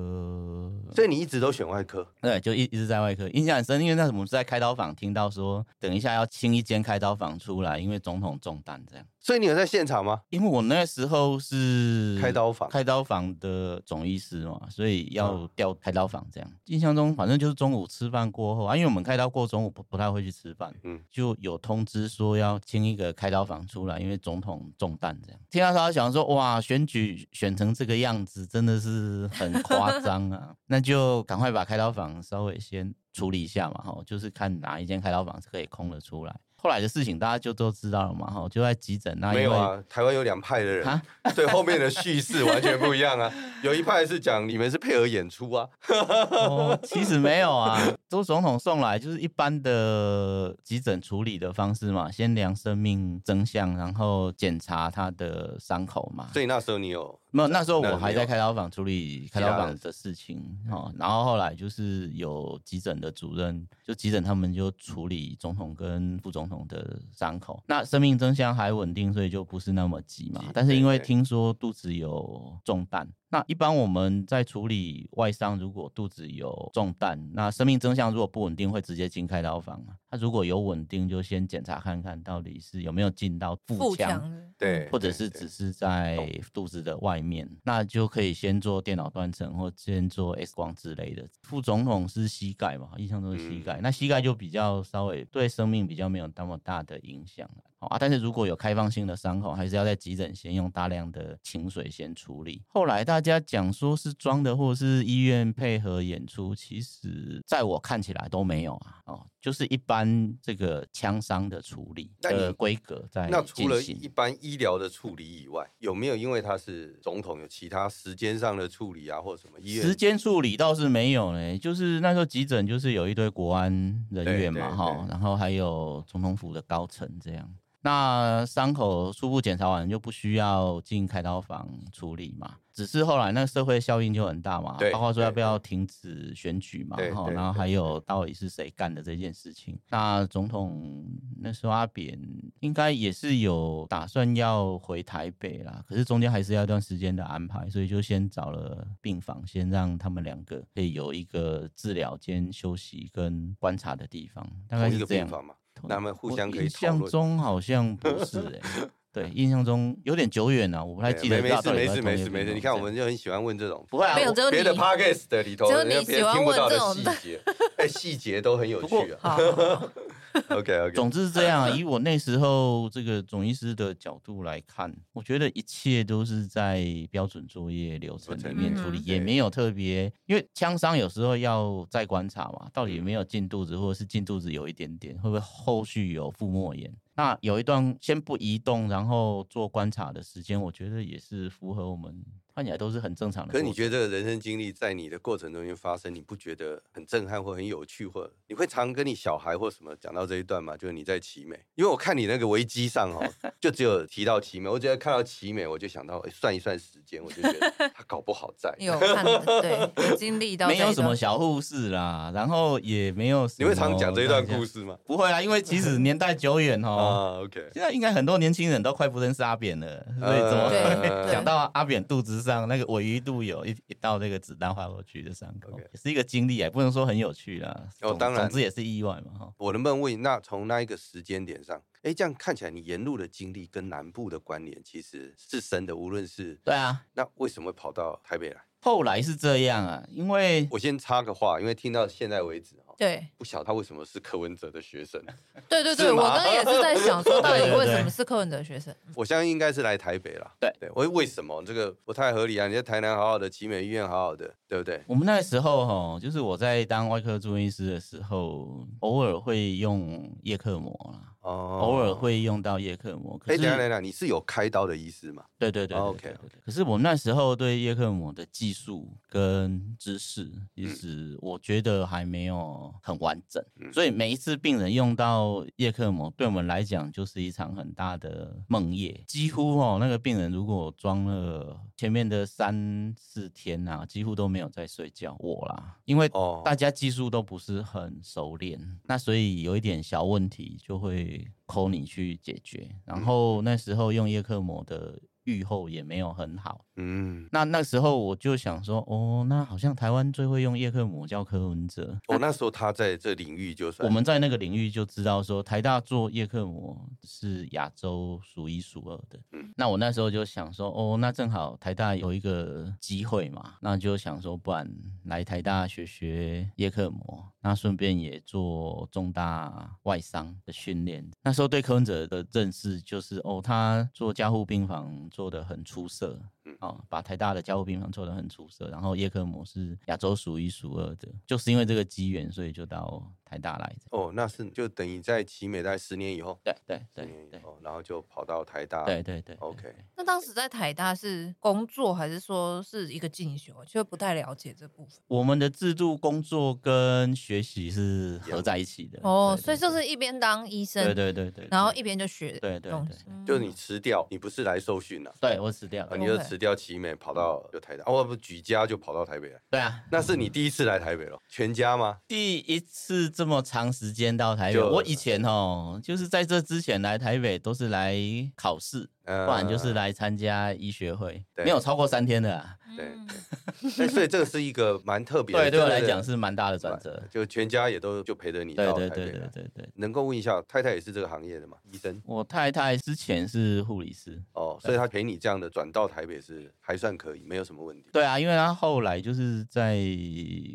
B: 所以你一直都选外科，
C: 对，就一一直在外科，印象很深，因为那时候我们是在开刀房听到说，等一下要清一间开刀房出来，因为总统中弹这样。
B: 所以你有在现场吗？
C: 因为我那时候是
B: 开刀房
C: 开刀房的总医师嘛，所以要
B: 嗯
C: 调开刀房这样。印象中反正就是中午吃饭过后啊，因为我们开刀过中午不不太会去吃饭，
B: 嗯
C: 就有通知说要清一个开刀房出来，因为总统中弹这样。听到他想说，哇，选举选成这个样子，真的是很夸张啊！ 那就赶快把开刀房稍微先处理一下嘛，哈，就是看哪一间开刀房是可以空了出来。后来的事情大家就都知道了嘛，哈，就在急诊那因
B: 没
C: 为
B: 有啊，台湾有两派的人
C: 啊，
B: 对后面的叙事完全不一样啊。有一派是讲你们是配合演出啊，
C: 哦，其实没有啊，周总统送来就是一般的急诊处理的方式嘛，先量生命真相，然后检查他的伤口嘛。
B: 所以那时候你有
C: 没有，那时候
B: 那
C: 我还在
B: 没有嗯
C: 开刀房处理开
B: 其他
C: 刀房
B: 的
C: 的事情哦，然后后来就是有急诊的主任，就急诊他们就处理总统跟副总统的伤口，那生命真相还稳定，所以就不是那么急嘛
B: 急。
C: 但是因为
B: 对对
C: 听说肚子有中弹，那一般我们在处理外伤，如果肚子有中弹，那生命真相如果不稳定，会直接进开刀房嘛。他如果有稳定，就先检查看看到底是有没有进到腹
A: 腹
C: 腔。
A: 腔
B: 对，
C: 或者
B: 对
C: 是
B: 对
C: 只是在肚子的外面，那就可以先做电脑断层或先做 X 光之类的。副总统是膝盖嘛，印象中是膝
B: 嗯
C: 盖，那膝盖就比较稍微对生命比较没有那么大的影响了。好啊，但是如果有开放性的伤口，还是要在急诊先用大量的清水先处理。后来大家讲说是装的，或者是医院配合演出，其实在我看起来都没有啊。哦，就是一般这个枪伤的处理
B: 那你
C: 的规格在
B: 那除
C: 进
B: 了
C: 行
B: 一般医疗的处理以外，有没有因为他是总统有其他时间上的处理啊，或者什么医
C: 时
B: 院？
C: 间处理倒是没有嘞，就是那时候急诊就是有一堆国安人员嘛
B: 对对
C: 哈，
B: 对
C: 然后还有总统府的高层这样。那伤口初步检查完就不需要进开刀房处理嘛，只是后来那社会效应就很大嘛
B: 对，
C: 包括说
B: 对
C: 要不要停止选举嘛，
B: 对
C: 哈，
B: 对
C: 然后还
B: 对
C: 有到底是谁干的这件事情。那总统那时候阿扁应该也是有打算要回台北啦，可是中间还是要一段时间的安排，所以就先找了病房，先让他们两个可以有一个治疗间休息跟观察的地方，大概
B: 同一
C: 是
B: 个
C: 这样
B: 病。房嘛，
C: 同
B: 那他们互
C: 我
B: 相可以
C: 印
B: 讨
C: 象
B: 论
C: 中好像不 是哎、对，印象中有点久远了、啊我不太
B: 对
C: 记得
B: 没
C: 到
B: 没
C: 底
B: 事
C: 有
B: 没
C: 有
B: 事
C: 同一
B: 没
C: 个
B: 事没事，
C: 病房
B: 你看
C: 这
B: 我
C: 样
B: 们就很喜欢问这种，
C: 不会啊
A: 没有
C: 我
A: 只有
B: 别的
A: 你
B: podcast 的里头，
A: 只有
B: 人家
A: 你
B: 别
A: 喜
B: 人
A: 欢
B: 听不
A: 问
B: 到
A: 这
B: 的
A: 种
B: 细
A: 的
B: 节，哎，细节都很有
C: 不过
B: 趣啊。
A: 好，好好
B: OK OK，
C: 总之是这样啊，以我那时候这个总医师的角度来看，我觉得一切都是在标准作业流程里面处理，
A: 嗯
C: 也
B: 对
C: 没有特别，因为枪伤有时候要再观察嘛，到
B: 嗯
C: 底有没有进肚子，或者是进肚子有一点点，会不会后续有腹膜炎？那有一段先不移动，然后做观察的时间，我觉得也是符合我们看起来都是很正常
B: 可
C: 的过
B: 是
C: 程。
B: 你觉得这个人生经历在你的过程中间发生，你不觉得很震撼或很有趣，或你会常跟你小孩或什么讲到这一段吗？就是你在奇美，因为我看你那个维基上哦，就只有提到奇美，我只要看到奇美，我就想到、诶哎算一算时间，我就觉 得他搞不好在。
A: 嗯有看的，对，有经历到
C: 没
A: 这
C: 有
A: 一
C: 什
A: 段
C: 么小故事啦，然后也没有什么
B: 你会常讲这一段故
C: 事？
B: 事吗？
C: 不会啦，因为其实年代久远 哦。
B: 啊，OK，
C: 现在应该很多年轻人都快不认识阿扁了，所
B: 呃
C: 以怎么
A: 对
C: 会
A: 对
C: 讲到阿扁肚子上那个尾鱼肚有一一道那个子弹划过去的伤口
B: OK
C: 也是一个经历，也啊不能说很有趣啦。
B: 哦
C: 总
B: 当然
C: 总之也是意外嘛哈。
B: 我能不能问你，那从那一个时间点上，哎，这样看起来你沿路的经历跟南部的关联其实是深的，无论是
C: 对啊，
B: 那为什么会跑到台北来？
C: 后来是这样啊，因为
B: 我先插个话，因为听到现在为止哦，
A: 对
B: 不晓得他为什么是柯文哲的 学生，
A: 对对
B: 是
A: 对，
B: 吗
A: 我刚刚也是 在想说，到底
C: 对对对
A: 为什么是柯文哲学生？
B: 我相信应该是来台北啦。
C: 对
B: 对，为为什么这个不太合理啊？你在台南好好的，奇美医院好好的，对不对？
C: 我们那个时候哈，就是我在当外科住院医师的时候，偶尔会用叶克膜啦，
B: 哦，
C: 偶尔。会用到叶克膜。可
B: 哎，
C: 是
B: 等一下，等一下，你是有开刀的医师嘛？
C: 对对对对
B: 哦
C: 对
B: OK，OK
C: 对对可是我们那时候对叶克膜的技术跟知识，其实我觉得还没有很完整，
B: 嗯
C: 所以每一次病人用到叶克膜，对我们来讲就是一场很大的梦魇。几乎哦，那个病人如果装了前面的三四天啊，几乎都没有在睡觉。我啦，因为
B: 哦
C: 大家技术都不是很熟练，那所以有一点小问题就会抠你去解决。然后那时候用叶克膜的预后也没有很好。
B: 嗯，
C: 那那时候我就想说，哦，那好像台湾最会用叶克膜叫柯文哲。
B: 我、哦那时候他在这领域就算
C: 我们在那个领域就知道说，台大做叶克膜是亚洲数一数二的。
B: 嗯
C: 那我那时候就想说，哦，那正好台大有一个机会嘛，那就想说，不然来台大学学叶克膜，那顺便也做重大外伤的训练。那时候对柯文哲的认识就是，哦，他做加护病房做得很出色，哦，把台大的加护病房做得很出色，然后叶克膜是亚洲数一数二的，就是因为这个机缘，所以就到台大来的。
B: 哦，那是就等于在奇美大概十年以后，
C: 对对
B: 十
C: 对
B: 年以
C: 对
B: 后，然后就跑到台大。
C: 对对对
B: OK
A: 那当时在台大是工作还是说是一个进修？就不太了解这部分
C: 我们的制度工作跟学习是合在一起的。
A: 哦，
C: 对
A: 所以
C: 对
A: 就是一边当医生，
C: 对对对对，
A: 然后
C: 对
A: 一边就学
C: 对对
A: 东
C: 对
A: 西，嗯
B: 就是你吃掉，你不是来受训了、啊。
C: 嗯对我嗯死掉了
B: 你，就
A: OK
B: 辞掉奇美，跑到就台大，哦不，举家就跑到台北来。
C: 对啊，
B: 那是你第一次来台北了，全家吗？
C: 第一次这么长时间到台北，
B: 就
C: 我以前哦，就是在这之前来台北都是来考试，
B: 不
C: 不然就是来参加医学会，
B: 嗯对
C: 没有超过三天的啊。
A: 嗯
B: 对
A: 嗯
B: 哎，所以这个是一个蛮特别的，
C: 对，对我来
B: 真的
C: 讲是蛮大的转折。
B: 就全家也都就陪着你
C: 对
B: 到
C: 对
B: 台北
C: 对
B: 来。
C: 对对对，
B: 能够问一下，太太也是这个行业的嘛，医生
C: 我太太之前是护理师，
B: 哦，所以她陪你这样的转到台北是还算可以，没有什么问题。
C: 对啊，因为她后来就是在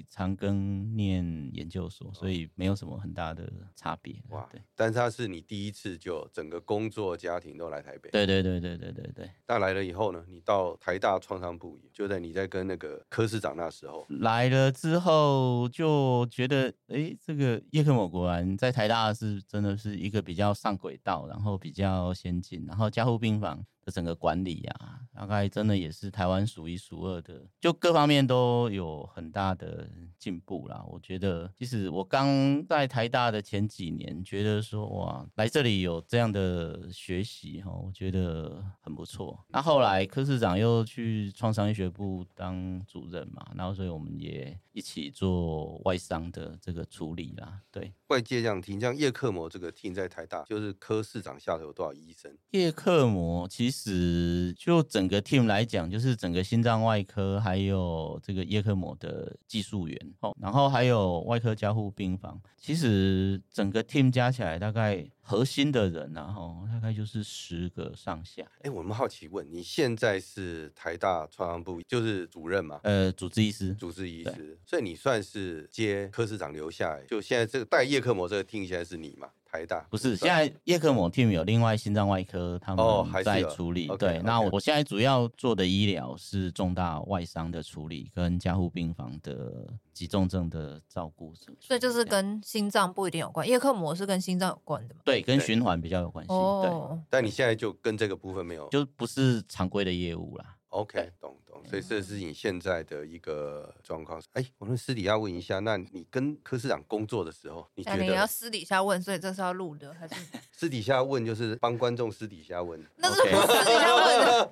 C: 长庚念研究所，所以没有什么很大的差别。
B: 哇
C: 对，
B: 但是她是你第一次就整个工作家庭都来台北。
C: 对对对对对对对，
B: 那来了以后呢，你到台大创伤部，就在你在跟那个柯市长那时候，
C: 来了之后就觉得，哎，这个叶克膜果然在台大是真的是一个比较上轨道，然后比较先进，然后加护病房的整个管理啊，大概真的也是台湾数一数二的，就各方面都有很大的进步啦。我觉得，其实我刚在台大的前几年，觉得说哇，来这里有这样的学习哈，我觉得很不错。那后来柯市长又去创伤医学部当主任嘛，然后所以我们也一起做外伤的这个处理啦。对，
B: 外界这样听，像叶克膜这个 team 在台大，就是柯市长下头有多少医生？
C: 叶克膜其实就整个 team 来讲，就是整个心脏外科还有这个叶克膜的技术员，哦，然后还有外科加护病房，其实整个 team 加起来大概核心的人、啊，然后大概就是十个上下。
B: 哎，我们好奇问，你现在是台大创伤部就是主任嘛？
C: 呃，主治医师，
B: 主治医
C: 对
B: 师，所以你算是接柯市长留下来，就现在这个带叶克膜这个 team 现在是你嘛？台大
C: 不是，现
B: 算
C: 在叶克膜 team 有另外心脏外科他
B: 哦还
C: 们
B: 是
C: 在
B: 有
C: 处理。
B: OK，
C: 对
B: OK
C: 那我现在主要做的医疗是重大外伤的处理跟加护病房的急重症的照顾。
A: 所以就是
C: 这样
A: 跟心脏不一定有关，叶克膜是跟心脏有关的嘛？
C: 对，跟
B: 对
C: 循环比较有关系。对，
A: 哦，
B: 但你现在就跟这个部分没有
C: 就不是常规的业务啦。
B: OK，懂懂，所以这是你现在的一个状况。哎，我们私底下问一下，那你跟柯市长工作的时候，你觉
A: 那你要
B: 得
A: 私底下问，所以这是要录的 还是？
B: 私底下问就是帮观众私底下问？哦
A: 那是我私底下问 的。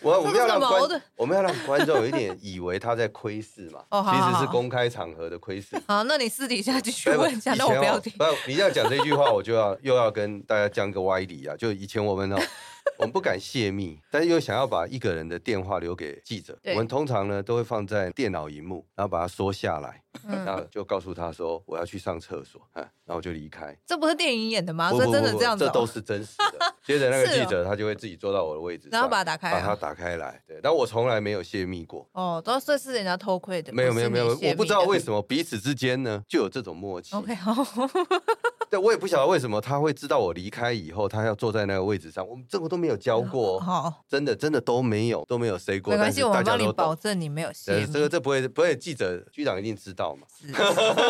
B: 我我们要让
A: 这是什么我的
B: 观我们要让观众有一点以为他在窥视嘛，
A: 哦好
B: 其
A: 好
B: 实是
A: 好
B: 公开场合的窥视。
A: 好，那你私底下继续
B: 不
A: 问一下，那我不
C: 哦
A: 要听。
B: 不，哦你要讲这句话，我就要又要跟大家讲个歪理啊！就以前我们哦，我们不敢泄密，但是又想要把一个人的电话留给记者，
A: 对
B: 我们通常呢都会放在电脑荧幕，然后把它缩下来，然后
A: 嗯，
B: 就告诉他说我要去上厕所，啊，然后就离开。
A: 这不是电影演的吗？
B: 不
A: 所以
B: 不
A: 真
B: 不
A: 的
B: 不
A: 这样子
B: 这
A: 哦。
B: 都是真实的。接着那个
A: 是
B: 记
A: 哦
B: 者他就会自己坐到我的位置上，
A: 然后把它打开
B: 把
A: 啊
B: 它打开来。对，但我从来没有泄密过。
A: 哦，都算是人家偷窥的。
B: 没有没有没有，我不知道为什
A: 么。
B: 么彼此之间呢就有这种默契。
A: OK，好，
B: 对，我也不晓得为什么他会知道我离开以后，他要坐在那个位置上。我们这个都没有教过 哦，
A: 好，
B: 真的真的都没有都没有 say
A: 嗯
B: 过。
A: 没关系，
B: 但
A: 我
B: 是
A: 们
B: 大家
A: 帮你
B: 都
A: 保
B: 懂。
A: 证你没有泄
B: 呃，
A: 密。
B: 这个这不会不会，记者局长一定知道嘛
A: 是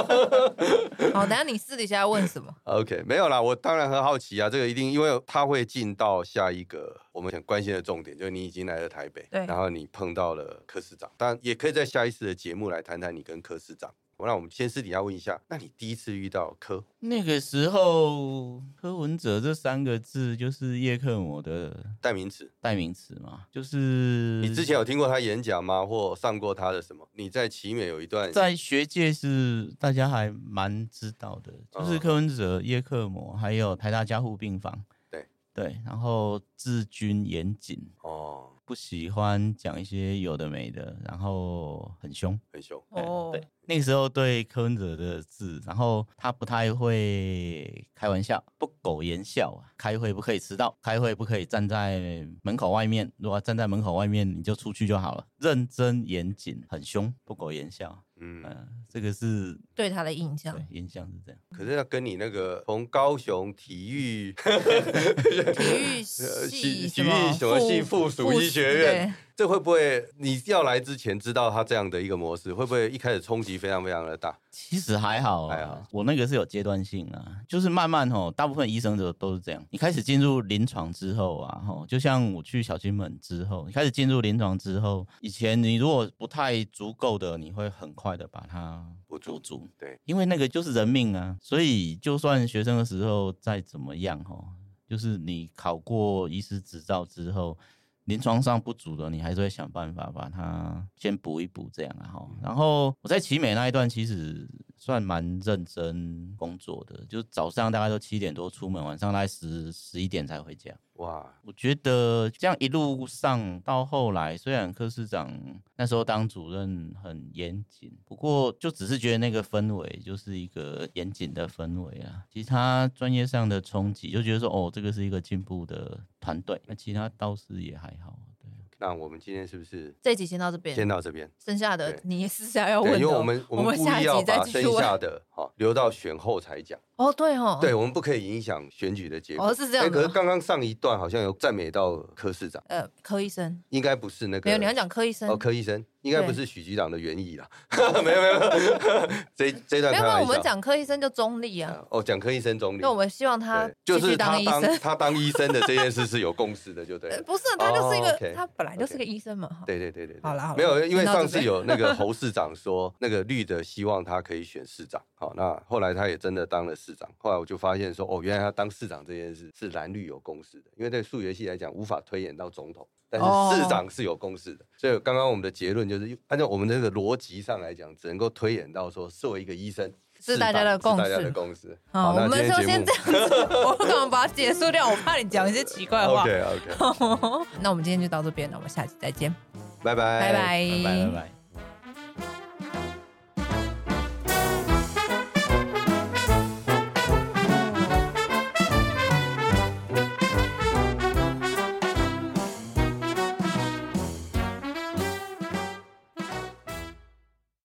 A: 好，等下你私底下问什 么？
B: ？OK，没有啦，我当然很好奇啊，这个一定因为他会进到下一个我们很关心的重点，就是你已经来了台北，
A: 对
B: 然后你碰到了柯市长，当然也可以在下一次的节目来谈谈你跟柯市长。那我们先私底下问一下，那你第一次遇到柯，
C: 那个时候，柯文哲这三个字就是叶克膜的
B: 代名词，
C: 代名词嘛，就是
A: 嗯
B: 你之前有听过他演讲吗？或上过他的什么？你在奇美有一段
C: 在学界是大家还蛮知道的，就是
B: 嗯
C: 柯文哲、叶克膜，还有台大加护病房。
B: 对
C: 对，然后治军严谨，
B: 哦，
C: 不喜欢讲一些有的没的，然后很凶。
B: 很凶。
A: 哦，
C: 对，那个时候对柯文哲的字，然后他不太会开玩笑，不苟言笑啊。开会不可以迟到，开会不可以站在门口外面。如果站在门口外面，你就出去就好了。认真严谨，很凶，不苟言笑。嗯、
B: 嗯，
C: 这个是
A: 对他的印象
C: 对。印象是这样。
B: 可是要跟你那个从高雄体育
A: 体育系
B: 呃 体育什么系附属医学院，，这会不会你要来之前知道他这样的一个模式，会不会一开始冲击非常非常的大？
C: 其实还好啊，
B: 还好
C: 我那个是有阶段性啊，就是慢慢吼，大部分医生都都是这样。你开始进入临床之后啊，吼，就像我去小金门之后，你开始进入临床之后，以前你如果不太足够的，你会很快的把它
B: 补足
C: 补足，
B: 对，
C: 因为那个就是人命啊，所以就算学生的时候再怎么样吼，就是你考过医师执照之后，临床上不足的，你还是会想办法把它先补一补，这样啊哈。然后我在奇美那一段其实算蛮认真工作的，就早上大概都七点多出门，晚上大概十十一点才回家。
B: 哇，
C: 我觉得这样一路上到后来，虽然柯市长那时候当主任很严谨，不过就只是觉得那个氛围就是一个严谨的氛围啊。其他专业上的冲击，就觉得说哦，这个是一个进步的团队。那其他倒是也还好，对。
B: 那我们今天是不是
A: 这一集先到这边，
B: 先到这边？
A: 剩下的
B: 对
A: 你私下哦要问
B: 对，
A: 的哦，
B: 因为我们
A: 我
B: 们故
A: 下
B: 意
A: 一
B: 要
A: 集再
B: 把
A: 继
B: 剩
A: 续问。
B: 下的哈留到选后才讲。
A: 哦，对哦，
B: 对，，我们不可以影响选举的结果。
A: 哦是这样
B: 哎可是
A: 的
B: 刚刚上一段好像有赞美到柯市长，
A: 呃，柯医生
B: 应该不是那个。
A: 没有，你要讲柯医生，
B: 哦，柯医生应该不
A: 对
B: 是许局长的原意啦， 没有没有，这这段
A: 没有，没
B: 开
A: 有
B: 玩
A: 我们
B: 笑
A: 讲柯医生就中立啊。
B: 啊哦，讲柯医生总理，
A: 那我们希望他
B: 对
A: 继
B: 就
A: 续
B: 是他
A: 医
B: 当
A: 生，
B: 他当医生的这件事是有共识的，就对
A: 呃
B: 了。
A: 不是他就是一
B: 哦
A: 个
B: ，OK，
A: 他本来就是个
B: OK
A: 医生嘛。哈
B: 对对对对，对
A: 好啦好啦
B: 没有，因为
A: 听到
B: 上
A: 这
B: 次
A: 边
B: 有 那个侯市长说，那个绿的希望他可以选市长，好，那后来他也真的当了市长，后来我就发现说，哦，原来他当市长这件事是蓝绿有共识的，因为对数学系来讲无法推演到总统，但
A: 哦
B: 是市长是有共识的，所以刚刚我们的结论就是，按照我们这个逻辑上来讲，只能够推演到说，作为一个医生。
A: 是
B: 市
A: 大家
B: 长
A: 的共
B: 是大家
A: 识
B: 的共识。
A: 好，我
B: 那
A: 们
B: 今
A: 就
B: 天节
A: 先
B: 目
A: 这样 子，我干嘛把它结束掉？我怕你讲一些奇怪的话。
B: OK OK，
A: 那我们今天就到这边了，我们下期再见，
B: 哎拜拜
A: 拜拜嗯
C: 拜拜拜拜。